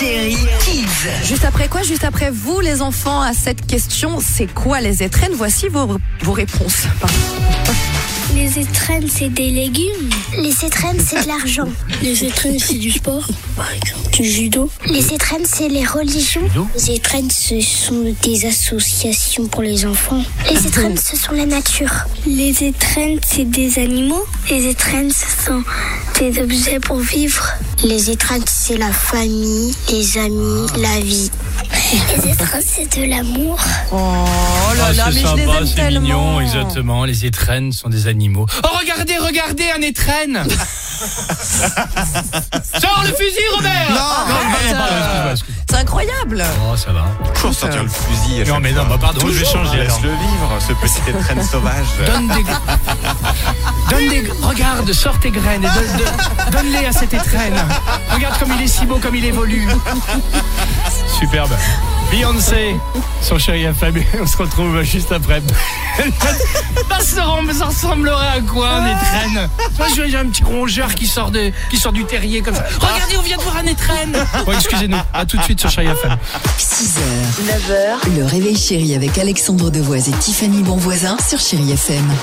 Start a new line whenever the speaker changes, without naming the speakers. Chéri Kids.
Juste après quoi Juste après vous, les enfants, à cette question c'est quoi les étrennes Voici vos, vos réponses. Pardon.
Les étrennes, c'est des légumes.
Les étrennes, c'est de l'argent.
Les étrennes, c'est du sport, par exemple, du judo.
Les étrennes, c'est les religions.
Les étrennes, ce sont des associations pour les enfants.
Les étrennes, ce sont la nature.
Les étrennes, c'est des animaux.
Les étrennes, ce sont des objets pour vivre.
Les étrennes, c'est la famille, les amis, la vie.
Les étrennes, c'est de l'amour.
Oh là là,
Ah,
mais
c'est
je les
sympa,
aime
c'est
tellement.
mignon, exactement. Les étrennes sont des animaux. Oh, regardez, regardez, un étrenne Sors le fusil, Robert
Ah,
Non, pardon,
arrête, euh,
excuse-moi, excuse-moi.
C'est incroyable.
Oh, ça va.
Toujours sortir le fusil. à
Non,
chaque
mais
fois. hein,
non, bah, pardon, je vais changer alors.
Laisse-le vivre, ce petit étrennes sauvage.
Donne des... donne des... Regarde, sors tes graines et donne- donne- donne-les à cette étrenne. Regarde comme il est si beau, comme il évolue. Superbe. Beyoncé, son chéri Fabien, on se retrouve juste après. bah, ça, rem- ça ressemblerait à quoi un étrenne Moi, je j'ai un petit rongeur qui sort, de, qui sort du terrier comme ça. Regardez, on vient de voir un étrenne Bon, Ah. excusez-nous, à tout de suite sur Chéri FM.
6h, 9h, le réveil chéri avec Alexandre Devoise et Tiffany Bonvoisin sur Chéri FM.